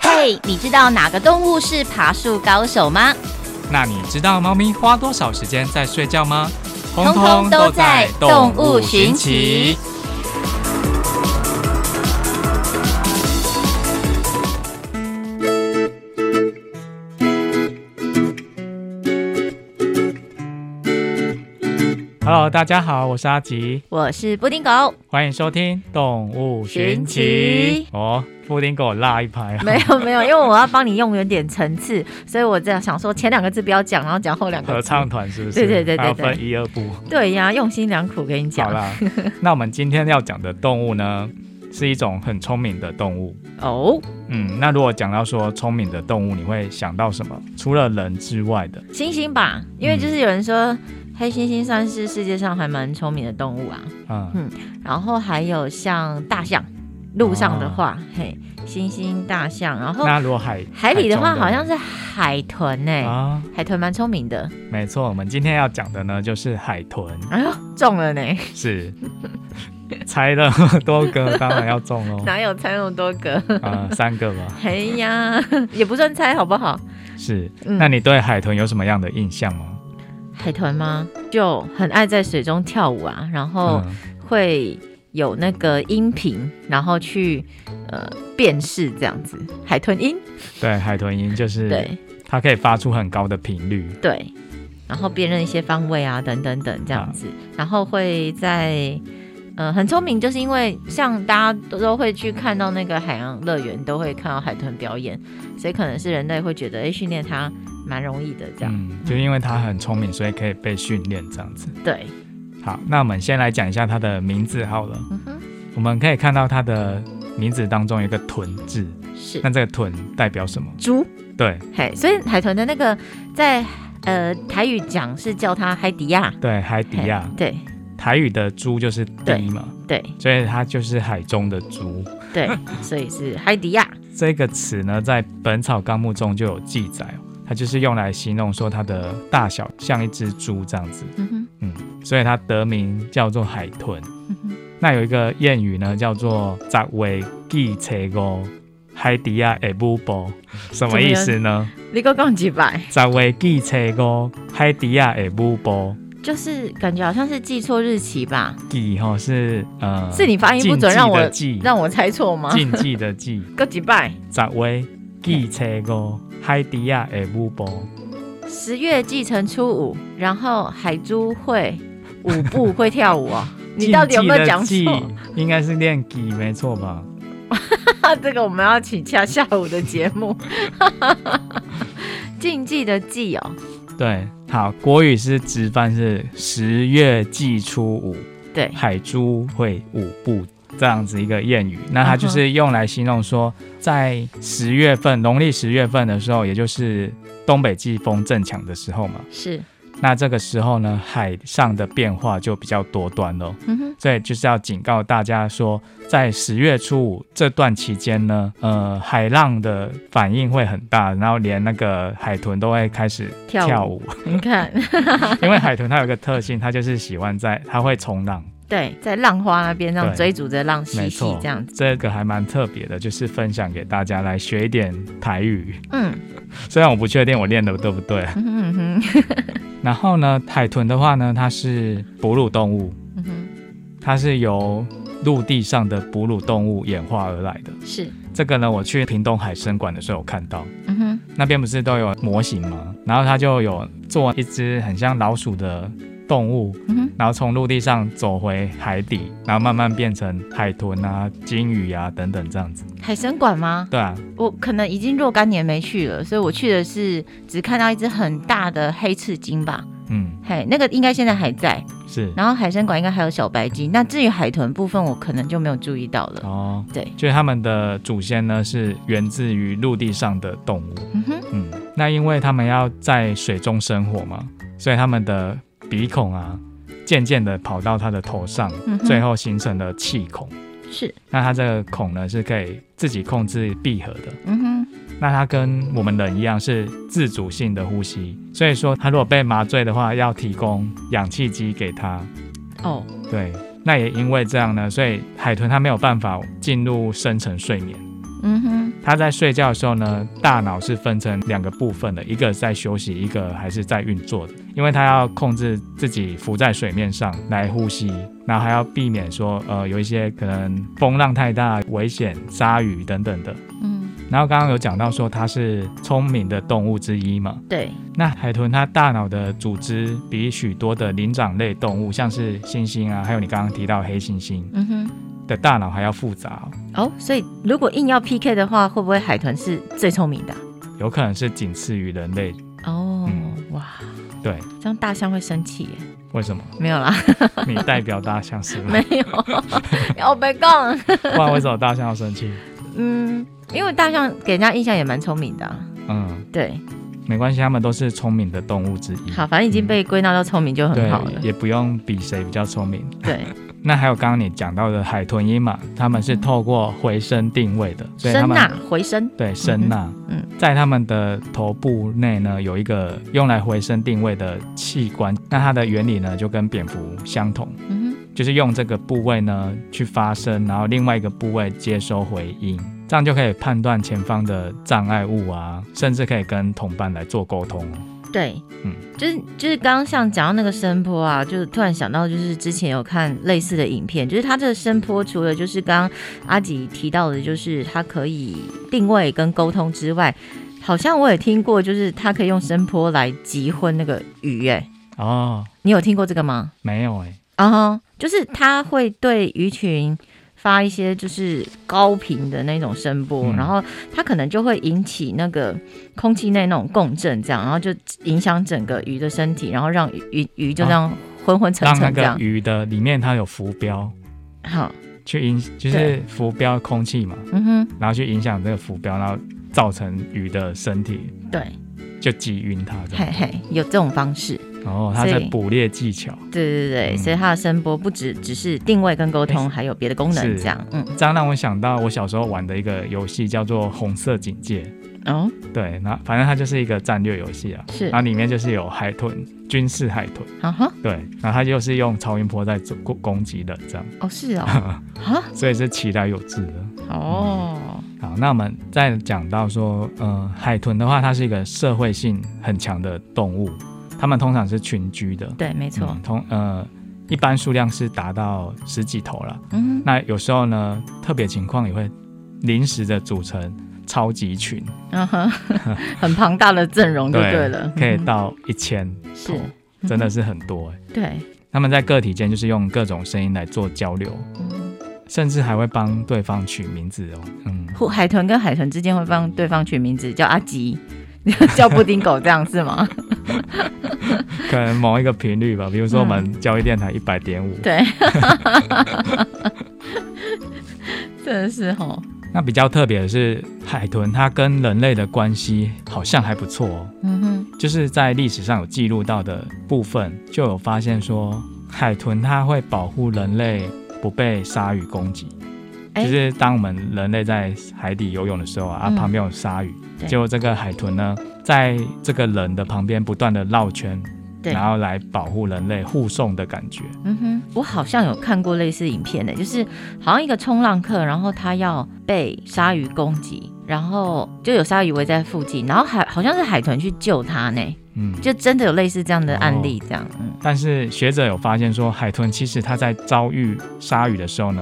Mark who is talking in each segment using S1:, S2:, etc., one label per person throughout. S1: 嘿，你知道哪个动物是爬树高手吗？
S2: 那你知道猫咪花多少时间在睡觉吗？
S1: 通通都在动物寻奇。
S2: Hello，大家好，我是阿吉，
S1: 我是布丁 狗，
S2: 欢迎收听《动物寻奇
S1: 寻奇》。
S2: 哦，布丁给我落一拍啊！
S3: 没有没有，因为我要帮你用有点层次，所以我这样想说前两个字不要讲，然后讲后两个字
S2: 合唱团是不是？
S3: 对对对对
S2: 还有
S3: 对
S2: 分一二部。
S3: 对呀、用心良苦跟你
S2: 好
S3: 讲
S2: 啦，那我们今天要讲的动物呢，是一种很聪明的动物。
S3: 哦。
S2: 嗯，那如果讲到说聪明的动物，你会想到什么？除了人之外的，
S3: 星星吧，因为就是有人说、黑猩猩算是世界上还蛮聪明的动物啊，
S2: 嗯
S3: 嗯，然后还有像大象，路上的话，嘿，猩猩、大象，然后
S2: 哦那如果海
S3: 海里的话
S2: 中
S3: 好像哎是海豚呢、欸
S2: 啊，
S3: 海豚蛮聪明的，
S2: 没错，我们今天要讲的呢就是海豚，
S3: 哎呦中了呢，
S2: 是 猜了多个，当然要中喽，
S3: 哪有猜那么多个？
S2: 啊、三个吧，
S3: 哎呀， 也不算猜好不好？
S2: 是。
S3: 嗯
S2: 那你对海豚有什么样的印象吗？
S3: 海豚吗？就很爱在水中跳舞啊，然后
S2: 嗯，
S3: 会有那个音频，然后去呃辨识这样子。海豚音，
S2: 对，海豚音就是
S3: 对
S2: 它可以发出很高的频率，
S3: 对，然后辨认一些方位啊，等等等这样子，然后会在。呃，很聪明，就是因为像大家都都会去看到那个海洋乐园，都会看到海豚表演，所以可能是人类会觉得，哎、训练它蛮容易的，这样、
S2: 嗯，就是因为它很聪明，所以可以被训练这样子。
S3: 对，
S2: 好，那我们先来讲一下它的名字好了。
S3: 嗯哼，
S2: 我们可以看到它的名字当中有一个“豚”字，
S3: 是
S2: 那这个“豚”代表什么？
S3: 猪，
S2: 对
S3: 嘿，所以海豚的那个在呃台语讲是叫它海底亚，
S2: 对，海底
S3: 嘿
S2: 亚，
S3: 对
S2: 台语的“猪”就是“
S3: 对
S2: 低”嘛，
S3: 对
S2: 所以它就是海中的猪。
S3: 对，所以是海底亚，
S2: 这个词呢，在《本草纲目》中就有记载哦，它就是用来形容说它的大小像一只猪这样子，
S3: 嗯哼，
S2: 所以它得名叫做海豚。
S3: 嗯哼，
S2: 那有一个谚语呢，叫做“十尾记车钩，海底亚会不波”，什么意思呢？
S3: 你给我讲几百，
S2: 十尾记车钩，海底亚会不波。
S3: 就是感觉好像是记错日期吧？
S2: 记吼是 呃，
S3: 是你发音不准让我
S2: 禁忌的
S3: 让我啊猜错吗
S2: 忌，？禁忌 的忌。
S3: 各几百，
S2: 十尾记车钩，海底亚会不波。
S3: 十月继承初五，然后海珠会舞步会跳舞哦。 你到底有没有讲
S2: 禁忌的
S3: 错？
S2: 忌？应该是练记没错吧？
S3: 啊这个我们要请下下午的节目。禁忌的忌哦，
S2: 对，好，国语是直翻是十月祭初五，
S3: 对，
S2: 海珠会舞步这样子一个谚语，那它就是用来形容说，在十月份农历十月份的时候，也就是东北季风正强的时候嘛，
S3: 是，
S2: 那这个时候呢，海上的变化就比较多端咯。
S3: 嗯哼，
S2: 所以就是要警告大家说，在十月初五这段期间呢，呃，海浪的反应会很大，然后连那个海豚都会开始
S3: 跳舞
S2: 跳舞
S3: 你看。
S2: 因为海豚它有一个特性，它就是喜欢在它会冲浪，
S3: 对，在浪花那边这样
S2: 对
S3: 追逐着浪嬉
S2: 没
S3: 戏
S2: 错
S3: 这样子。
S2: 这个还蛮特别的，就是分享给大家来学一点台语。
S3: 嗯
S2: 虽然我不确定我练的对不对。
S3: 嗯哼嗯哼
S2: 然后呢，海豚的话呢，它是哺乳动物，
S3: 嗯哼，
S2: 它是由陆地上的哺乳动物演化而来的。
S3: 是
S2: 这个呢，我去屏东海参馆的时候有看到，
S3: 嗯哼
S2: 那边不是都有模型吗？然后它就有做一只很像老鼠的动物，
S3: 嗯哼
S2: 然后从陆地上走回海底，然后慢慢变成海豚啊、鲸鱼啊等等这样子。
S3: 海参馆吗？
S2: 对啊，
S3: 我可能已经若干年没去了，所以我去的是只看到一只很大的黑刺鲸吧，
S2: 嗯，
S3: 嘿，那个应该现在还在。
S2: 是
S3: 然后海参馆应该还有小白鲸，那至于海豚部分，我可能就没有注意到了。
S2: 哦，
S3: 对，
S2: 就是它们的祖先呢是源自于陆地上的动物。
S3: 嗯哼，
S2: 嗯，那因为它们要在水中生活嘛，所以它们的鼻孔啊，渐渐的跑到它的头上，
S3: 嗯哼
S2: 最后形成了气孔。
S3: 是，
S2: 那它这个孔呢是可以自己控制闭合的。
S3: 嗯哼，
S2: 那它跟我们人一样是自主性的呼吸，所以说它如果被麻醉的话，要提供氧气机给它。
S3: 哦，
S2: 对，那也因为这样呢，所以海豚它没有办法进入深层睡眠，
S3: 嗯哼，
S2: 它在睡觉的时候呢，大脑是分成两个部分的，一个在休息，一个还是在运作的，因为它要控制自己浮在水面上来呼吸，然后还要避免说呃有一些可能风浪太大、危险、鲨鱼等等的。
S3: 嗯，
S2: 然后刚刚有讲到说它是聪明的动物之一嘛，
S3: 对，
S2: 那海豚它大脑的组织比许多的灵长类动物，像是猩猩啊，还有你刚刚提到黑猩猩
S3: 嗯哼。
S2: 的大脑还要复杂哦、
S3: 哦，所以如果硬要 PK 的话，会不会海豚是最聪明的啊、
S2: 有可能是仅次于人类。
S3: 哦，
S2: 嗯
S3: 哇，
S2: 对，
S3: 这样大象会生气耶？
S2: 为什么？
S3: 没有啦，
S2: 你代表大象是吗
S3: 没？有， 要被告了。
S2: 不然为什么大象要生气？
S3: 嗯，因为大象给人家印象也蛮聪明的啊、
S2: 嗯，
S3: 对，
S2: 没关系，它们都是聪明的动物之一。
S3: 好，反正已经被归纳到聪明就很
S2: 对
S3: 好了，。
S2: 也不用比谁比较聪明。
S3: 对，
S2: 那还有刚刚你讲到的海豚音嘛，它们是透过回声定位的，所以
S3: 嗯
S2: 它
S3: 声
S2: 们
S3: 呐回声，
S2: 对声呐，
S3: 嗯
S2: 在它们的头部内呢有一个用来回声定位的器官，那它的原理呢就跟蝙蝠相同，
S3: 嗯
S2: 就是用这个部位呢去发声，然后另外一个部位接收回音，这样就可以判断前方的障碍物啊，甚至可以跟同伴来做沟通哦。
S3: 哼，对，
S2: 嗯
S3: 就是就是刚刚像讲到那个声波啊，就突然想到，就是之前有看类似的影片，就是它这个声波除了就是刚刚阿吉提到的，就是它可以定位跟沟通之外，好像我也听过，就是它可以用声波来集婚那个鱼、哎，
S2: 哦，
S3: 你有听过这个吗？
S2: 没有哎、
S3: 啊、就是它会对鱼群发一些就是高频的那种声波，
S2: 嗯
S3: 然后它可能就会引起那个空气内那种共振，这样，然后就影响整个鱼的身体，然后让鱼鱼鱼就这样昏昏沉
S2: 让那
S3: 沉这
S2: 个
S3: 样。
S2: 鱼的里面它有浮标。
S3: 好，
S2: 去影就是
S3: 对
S2: 浮标空气嘛，
S3: 嗯哼，
S2: 然后去影响这个浮标，然后造成鱼的身体
S3: 对，
S2: 就击晕它这
S3: 嘿
S2: 样。
S3: 嘿，有这种方式。
S2: 然后它在
S3: 所以
S2: 捕猎技巧，
S3: 对对对，
S2: 嗯
S3: 所以它的声波不只只是定位跟沟通，
S2: 哎
S3: 还有别的功能
S2: 是
S3: 这样。嗯，
S2: 这样让我想到我小时候玩的一个游戏叫做《红色警戒》。
S3: 哦，
S2: 对，那反正它就是一个战略游戏啊，
S3: 是
S2: 然后里面就是有海豚，军事海豚，
S3: 啊哈，
S2: 对，然后它就是用超音波在做攻攻击的这样，
S3: 哦是 哦，啊
S2: 所以是其来有志的。
S3: 哦，
S2: 好，那我们再讲到说，呃，海豚的话，它是一个社会性很强的动物，它们通常是群居的，
S3: 对，没错
S2: 嗯，通呃，一般数量是达到十几头了。
S3: 嗯
S2: 那有时候呢，特别情况也会临时的组成超级群，
S3: 嗯哼， 很庞大的阵容就对了，
S2: 可以到一千，
S3: 嗯是
S2: 真的是很多哎、
S3: 对，
S2: 他们在个体间就是用各种声音来做交流，
S3: 嗯，
S2: 甚至还会帮对方取名字哦。嗯，
S3: 虎海豚跟海豚之间会帮对方取名字，叫阿吉， 叫布丁狗这样是吗？
S2: 可能某一个频率吧，比如说我们交易电台一百点五，
S3: 对， 真的是吼，
S2: 那比较特别的是，海豚它跟人类的关系好像还不错哦。
S3: 嗯哼，
S2: 就是在历史上有记录到的部分，就有发现说，海豚它会保护人类不被鲨鱼攻击。
S3: 哎
S2: 就是当我们人类在海底游泳的时候啊，啊
S3: 嗯
S2: 旁边有鲨鱼，
S3: 对
S2: 结果这个海豚呢，在这个人的旁边不断的绕圈，
S3: 对
S2: 然后来保护人类护送的感觉。
S3: 嗯哼，我好像有看过类似影片的，就是好像一个冲浪客，然后他要被鲨鱼攻击，然后就有鲨鱼围在附近，然后海好像是海豚去救他呢，
S2: 嗯，
S3: 就真的有类似这样的案例
S2: 哦
S3: 这样，嗯。
S2: 但是学者有发现说，海豚其实它在遭遇鲨鱼的时候呢，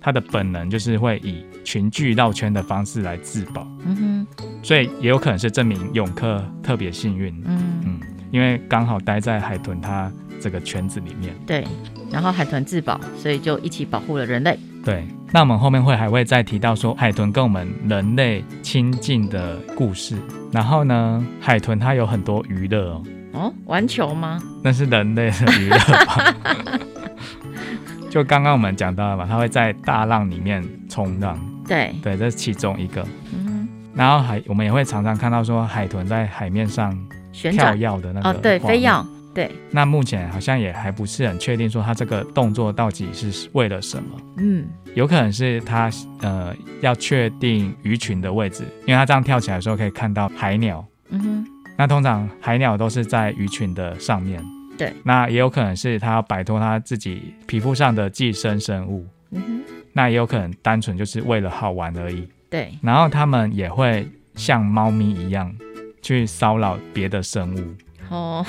S2: 它的本能就是会以群聚绕圈的方式来自保。
S3: 嗯哼，
S2: 所以也有可能是证明泳客特别幸运，
S3: 嗯，
S2: 嗯，因为刚好待在海豚它这个圈子里面。
S3: 对。然后海豚自保，所以就一起保护了人类。
S2: 对，那我们后面会还会再提到说海豚跟我们人类亲近的故事。然后呢，海豚它有很多娱乐哦，
S3: 哦，玩球吗？
S2: 那是人类的娱乐吧？就刚刚我们讲到了嘛，它会在大浪里面冲浪，
S3: 对，
S2: 对，这是其中一个。
S3: 嗯，
S2: 然后海我们也会常常看到说海豚在海面上
S3: 旋
S2: 跳
S3: 转。
S2: 跃的那个
S3: 哦，对，
S2: 画面
S3: 非要，对，
S2: 那目前好像也还不是很确定，说他这个动作到底是为了什么？
S3: 嗯，
S2: 有可能是他呃要确定鱼群的位置，因为他这样跳起来的时候可以看到海鸟。
S3: 嗯哼，
S2: 那通常海鸟都是在鱼群的上面。
S3: 对。
S2: 那也有可能是他要摆脱他自己皮肤上的寄生生物，
S3: 嗯哼，
S2: 那也有可能单纯就是为了好玩而已。
S3: 对，
S2: 然后它们也会像猫咪一样去骚扰别的生物，
S3: 哦，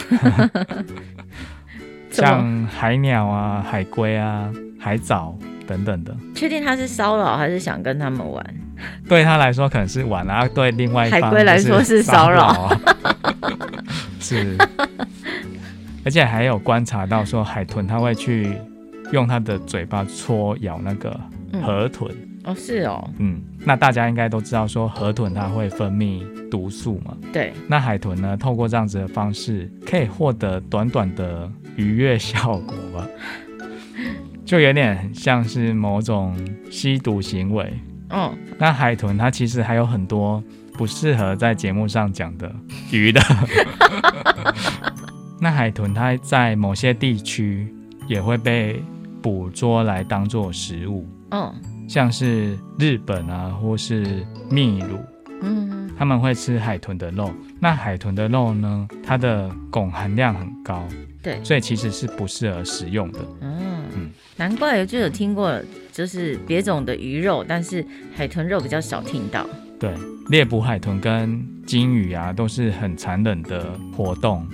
S3: 怎么
S2: 像海鸟啊、海龟啊、海藻等等的。
S3: 确定他是骚扰还是想跟他们玩？
S2: 对他来说可能是玩啊，对另外一方
S3: 海龟来说
S2: 就是
S3: 骚扰
S2: 啊， 是。而且还有观察到说，海豚它会去用它的嘴巴搓咬那个
S3: 嗯，
S2: 河豚，
S3: 哦，是哦，
S2: 嗯那大家应该都知道说河豚它会分泌毒素嘛，
S3: 对，
S2: 那海豚呢，透过这样子的方式，可以获得短短的愉悦效果 吧，就有点像是某种吸毒行为，
S3: 哦，
S2: 那海豚它其实还有很多不适合在节目上讲的鱼的。 那海豚它在某些地区也会被捕捉来当做食物，
S3: 哦，
S2: 像是日本啊或是秘鲁，
S3: 嗯，
S2: 他们会吃海豚的肉。那海豚的肉呢，它的汞含量很高，
S3: 对
S2: 所以其实是不适合食用的。嗯
S3: 嗯，难怪就有听过，就是别种的鱼肉，但是海豚肉比较少听到。
S2: 对，猎捕海豚跟鲸鱼啊都是很残忍的活动。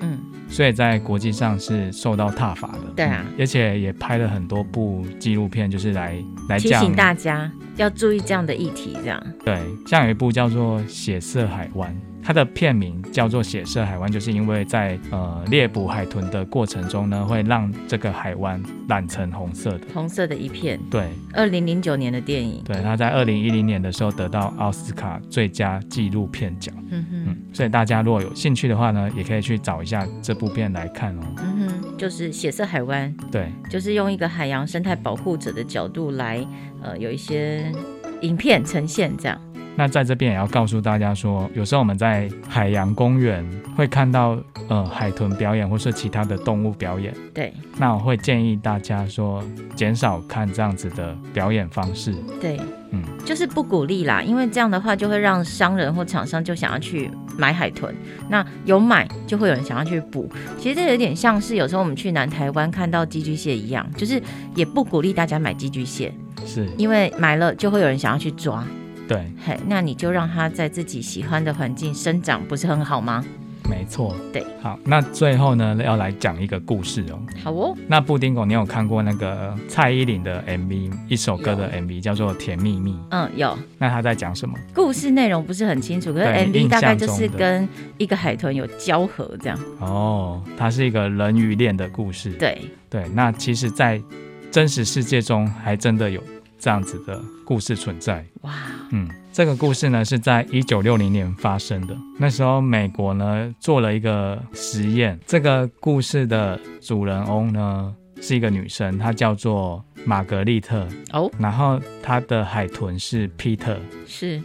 S3: 嗯，
S2: 所以在国际上是受到挞伐的。
S3: 对啊
S2: 嗯而且也拍了很多部纪录片，就是来来
S3: 提
S2: 讲
S3: 醒大家要注意这样的议题，这样。
S2: 对，像有一部叫做《血色海湾》，它的片名叫做《血色海湾》，就是因为在呃猎捕海豚的过程中呢，会让这个海湾染成红色的。
S3: 红色的一片，
S2: 对
S3: 二零零九年的电影。
S2: 对，它在二零一零年的时候得到奥斯卡最佳纪录片奖。
S3: 嗯哼
S2: 嗯，，所以大家如果有兴趣的话呢，也可以去找一下这部片来看哦。
S3: 嗯哼，就是血色海湾，
S2: 对，
S3: 就是用一个海洋生态保护者的角度来，呃，有一些影片呈现这样。
S2: 那在这边也要告诉大家说，有时候我们在海洋公园会看到呃海豚表演或是其他的动物表演，
S3: 对
S2: 那我会建议大家说减少看这样子的表演方式。
S3: 对，
S2: 嗯，
S3: 就是不鼓励啦，因为这样的话就会让商人或厂商就想要去买海豚，那有买就会有人想要去捕。其实这有点像是有时候我们去南台湾看到寄居蟹一样，就是也不鼓励大家买寄居蟹，
S2: 是
S3: 因为买了就会有人想要去抓。
S2: 对，
S3: 嘿，那你就让它在自己喜欢的环境生长，不是很好吗？
S2: 没错。
S3: 对，
S2: 好，那最后呢要来讲一个故事哦。
S3: 好哦，
S2: 那布丁狗，你有看过那个蔡依林的 MV 一首歌的 MV 叫做《甜蜜蜜》？
S3: 嗯，有
S2: 那他在讲什么？
S3: 故事内容不是很清楚，可是
S2: 对印
S3: MV 大概就
S2: 象
S3: 是
S2: 中的
S3: 跟一个海豚有交合这样。
S2: 哦，它是一个人鱼恋的故事。
S3: 对，
S2: 对，那其实，在真实世界中，还真的有这样子的故事存在。
S3: 哇，
S2: 嗯，这个故事呢是在一九六零年发生的。那时候美国呢做了一个实验，这个故事的主人翁呢是一个女生，她叫做玛格丽特，
S3: 哦，
S2: 然后她的海豚是 Peter，
S3: 是，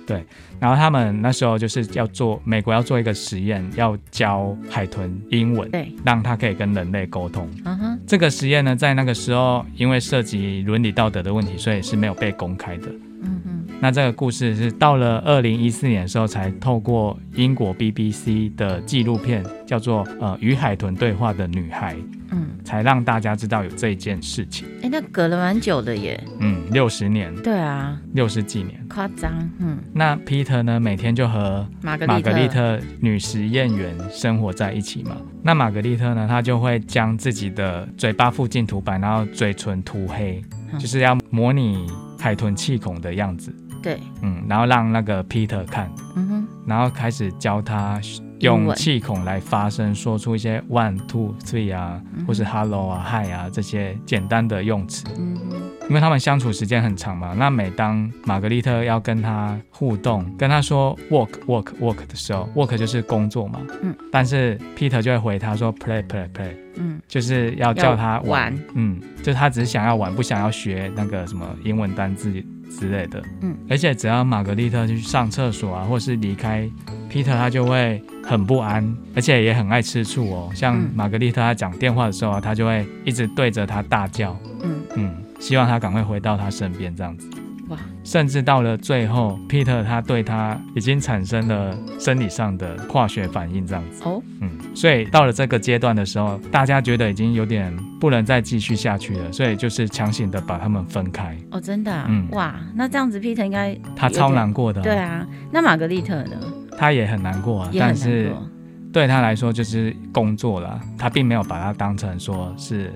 S2: 然后他们那时候就是要做美国要做一个实验，要教海豚英文，
S3: 对，
S2: 让它可以跟人类沟通。
S3: 嗯哼，
S2: 这个实验呢，在那个时候因为涉及伦理道德的问题，所以是没有被公开的。
S3: 嗯哼，
S2: 那这个故事是到了二零一四年的时候，才透过英国 BBC 的纪录片，叫做《呃与海豚对话的女孩》，
S3: 嗯，
S2: 才让大家知道有这一件事情。
S3: 哎，那隔了蛮久的耶。
S2: 嗯，六十年，
S3: 对啊，
S2: 六十几年。
S3: 夸张，嗯，
S2: 那 Peter 呢，每天就和
S3: 玛格
S2: 玛
S3: 丽
S2: 格
S3: 特，
S2: 丽特女实验员生活在一起嘛。那玛格丽特呢，她就会将自己的嘴巴附近涂白，然后嘴唇涂黑，
S3: 嗯
S2: 就是要模拟海豚气孔的样子，
S3: 对，
S2: 嗯，然后让那个 Peter 看，
S3: 嗯哼，
S2: 然后开始教他
S3: 英
S2: 用
S3: 文
S2: 气孔来发声，说出一些 one two three 啊，
S3: 嗯
S2: 或是 hello 啊、hi 啊这些简单的用词。
S3: 嗯哼，
S2: 因为他们相处时间很长嘛，那每当玛格丽特要跟他互动，跟他说 work work work 的时候，work 就是工作嘛，
S3: 嗯，
S2: 但是 Peter 就会回他说 play play play，
S3: 嗯，
S2: 就是要叫他玩，
S3: 要玩
S2: 嗯，就是他只是想要玩，不想要学那个什么英文单字之类的，
S3: 嗯，
S2: 而且只要玛格丽特去上厕所啊，或是离开 Peter，他就会很不安，而且也很爱吃醋哦。像
S3: 嗯
S2: 玛格丽特她讲电话的时候啊，他就会一直对着他大叫，
S3: 嗯，
S2: 嗯，希望他赶快回到他身边这样子。
S3: 哇，
S2: 甚至到了最后，Peter 他对他已经产生了生理上的化学反应这样子。
S3: 哦，
S2: 嗯，所以到了这个阶段的时候，大家觉得已经有点不能再继续下去了，所以就是强行的把他们分开。
S3: 哦，真的、啊，
S2: 嗯啊
S3: 哇，那这样子 Peter 应该
S2: 他超难过的、
S3: 对，啊，那玛格丽特呢
S2: 他也很难过啊，
S3: 也很难
S2: 但是
S3: 过，
S2: 对他来说就是工作了，他并没有把它当成说是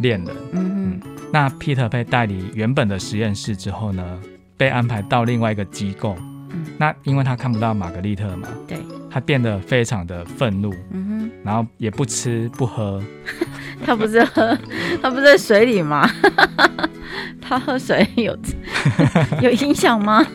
S2: 恋人。
S3: 嗯哼，
S2: 那 Peter 被带离原本的实验室之后呢，被安排到另外一个机构。
S3: 嗯
S2: 那因为他看不到玛格丽特嘛，
S3: 对，
S2: 他变得非常的愤怒，
S3: 嗯
S2: 然后也不吃不喝，
S3: 哼， 他不是喝，他不是在水里吗？ 他喝水有 有影响吗？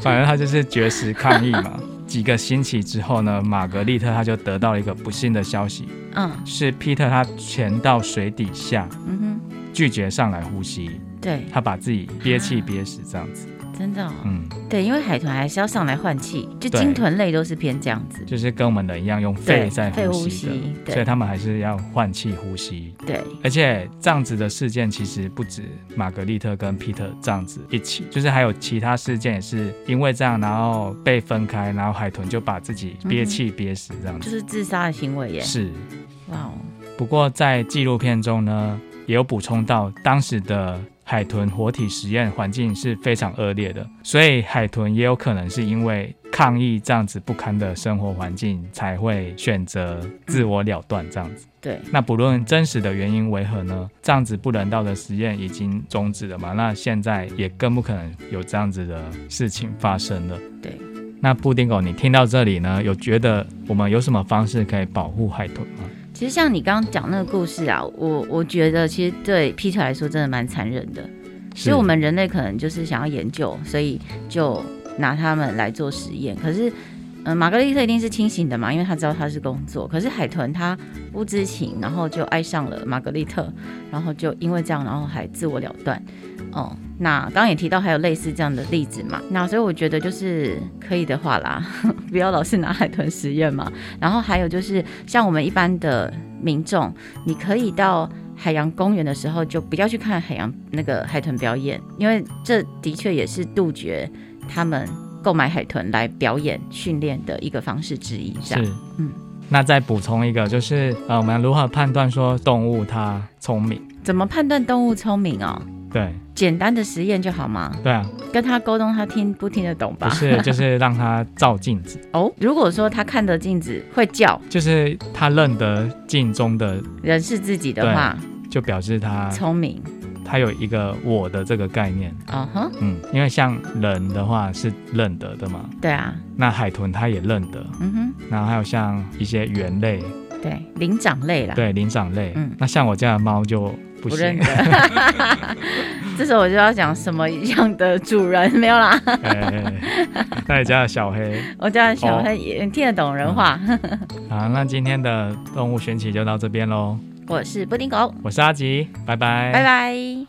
S2: 反正他就是绝食抗议嘛。几个星期之后呢，玛格丽特她就得到了一个不幸的消息，
S3: 嗯
S2: 是 Peter 他潜到水底下，
S3: 嗯哼，
S2: 拒绝上来呼吸，
S3: 对，
S2: 他把自己憋气憋死这样子。
S3: 真的、哦，
S2: 嗯，
S3: 对，因为海豚还是要上来换气，就
S2: 对
S3: 鲸豚类都是偏这样子，
S2: 就是跟我们人一样用
S3: 对
S2: 肺在
S3: 肺呼
S2: 呼吸的，
S3: 吸对
S2: 所以他们还是要换气呼吸。
S3: 对，
S2: 而且这样子的事件其实不止玛格丽特跟 Peter 这样子一起，就是还有其他事件也是因为这样，然后被分开，然后海豚就把自己憋气憋死这样
S3: 就
S2: 子。
S3: 是自杀的行为耶，
S2: 是，
S3: 哇哦，
S2: 不过在纪录片中呢，也有补充到当时的。海豚活体实验环境是非常恶劣的，所以海豚也有可能是因为抗议这样子不堪的生活环境，才会选择自我了断这样子。
S3: 对，
S2: 那不论真实的原因为何呢？这样子不人道的实验已经终止了嘛？那现在也更不可能有这样子的事情发生了。
S3: 对。
S2: 那布丁狗，你听到这里呢，有觉得我们有什么方式可以保护海豚吗？
S3: 其实像你刚刚讲那个故事啊，我我觉得其实对 Peter 来说真的蛮残忍的。所以我们人类可能就是想要研究，所以就拿他们来做实验。可是，嗯、玛格丽特一定是清醒的嘛，因为他知道他是工作。可是海豚他不知情，然后就爱上了玛格丽特，然后就因为这样，然后还自我了断。哦，那刚刚也提到还有类似这样的例子嘛，那所以我觉得就是可以的话啦，不要老是拿海豚实验嘛。 然后还有就是像我们一般的民众，你可以到海洋公园的时候，就不要去看海洋那个海豚表演，因为这的确也是杜绝他们购买海豚来表演训练的一个方式之一。这样，
S2: 是，
S3: 嗯。
S2: 那再补充一个，就是呃，我们如何判断说动物它聪明？
S3: 怎么判断动物聪明哦？
S2: 对，
S3: 简单的实验就好嘛，
S2: 对啊，
S3: 跟他沟通，他听不听得懂
S2: 不
S3: 吧？
S2: 是，就是让它照镜子，
S3: 哦，如果说他看着镜子会叫，
S2: 就是它认得镜中的，
S3: 人是自己的话，
S2: 就表示它
S3: 聪明。
S2: 它有一个我的这个概念。
S3: 嗯哼，
S2: 嗯，因为像人的话是认得的嘛，
S3: 对啊，
S2: 那海豚它也认得，
S3: 嗯
S2: 然后还有像一些猿类，
S3: 哼，对，灵长类啦，
S2: 对，灵长类，
S3: 嗯
S2: 那像我家的猫就不
S3: 不
S2: 行
S3: 认，得。这时候我就要讲什么样的主人没有啦？
S2: 哎那你家的小黑
S3: 我家小
S2: 哦
S3: 黑也听得懂人话。
S2: 好，那今天的动物选起就到这边喽，
S3: 我是布丁狗，
S2: 我是阿吉，拜拜，
S3: 拜拜。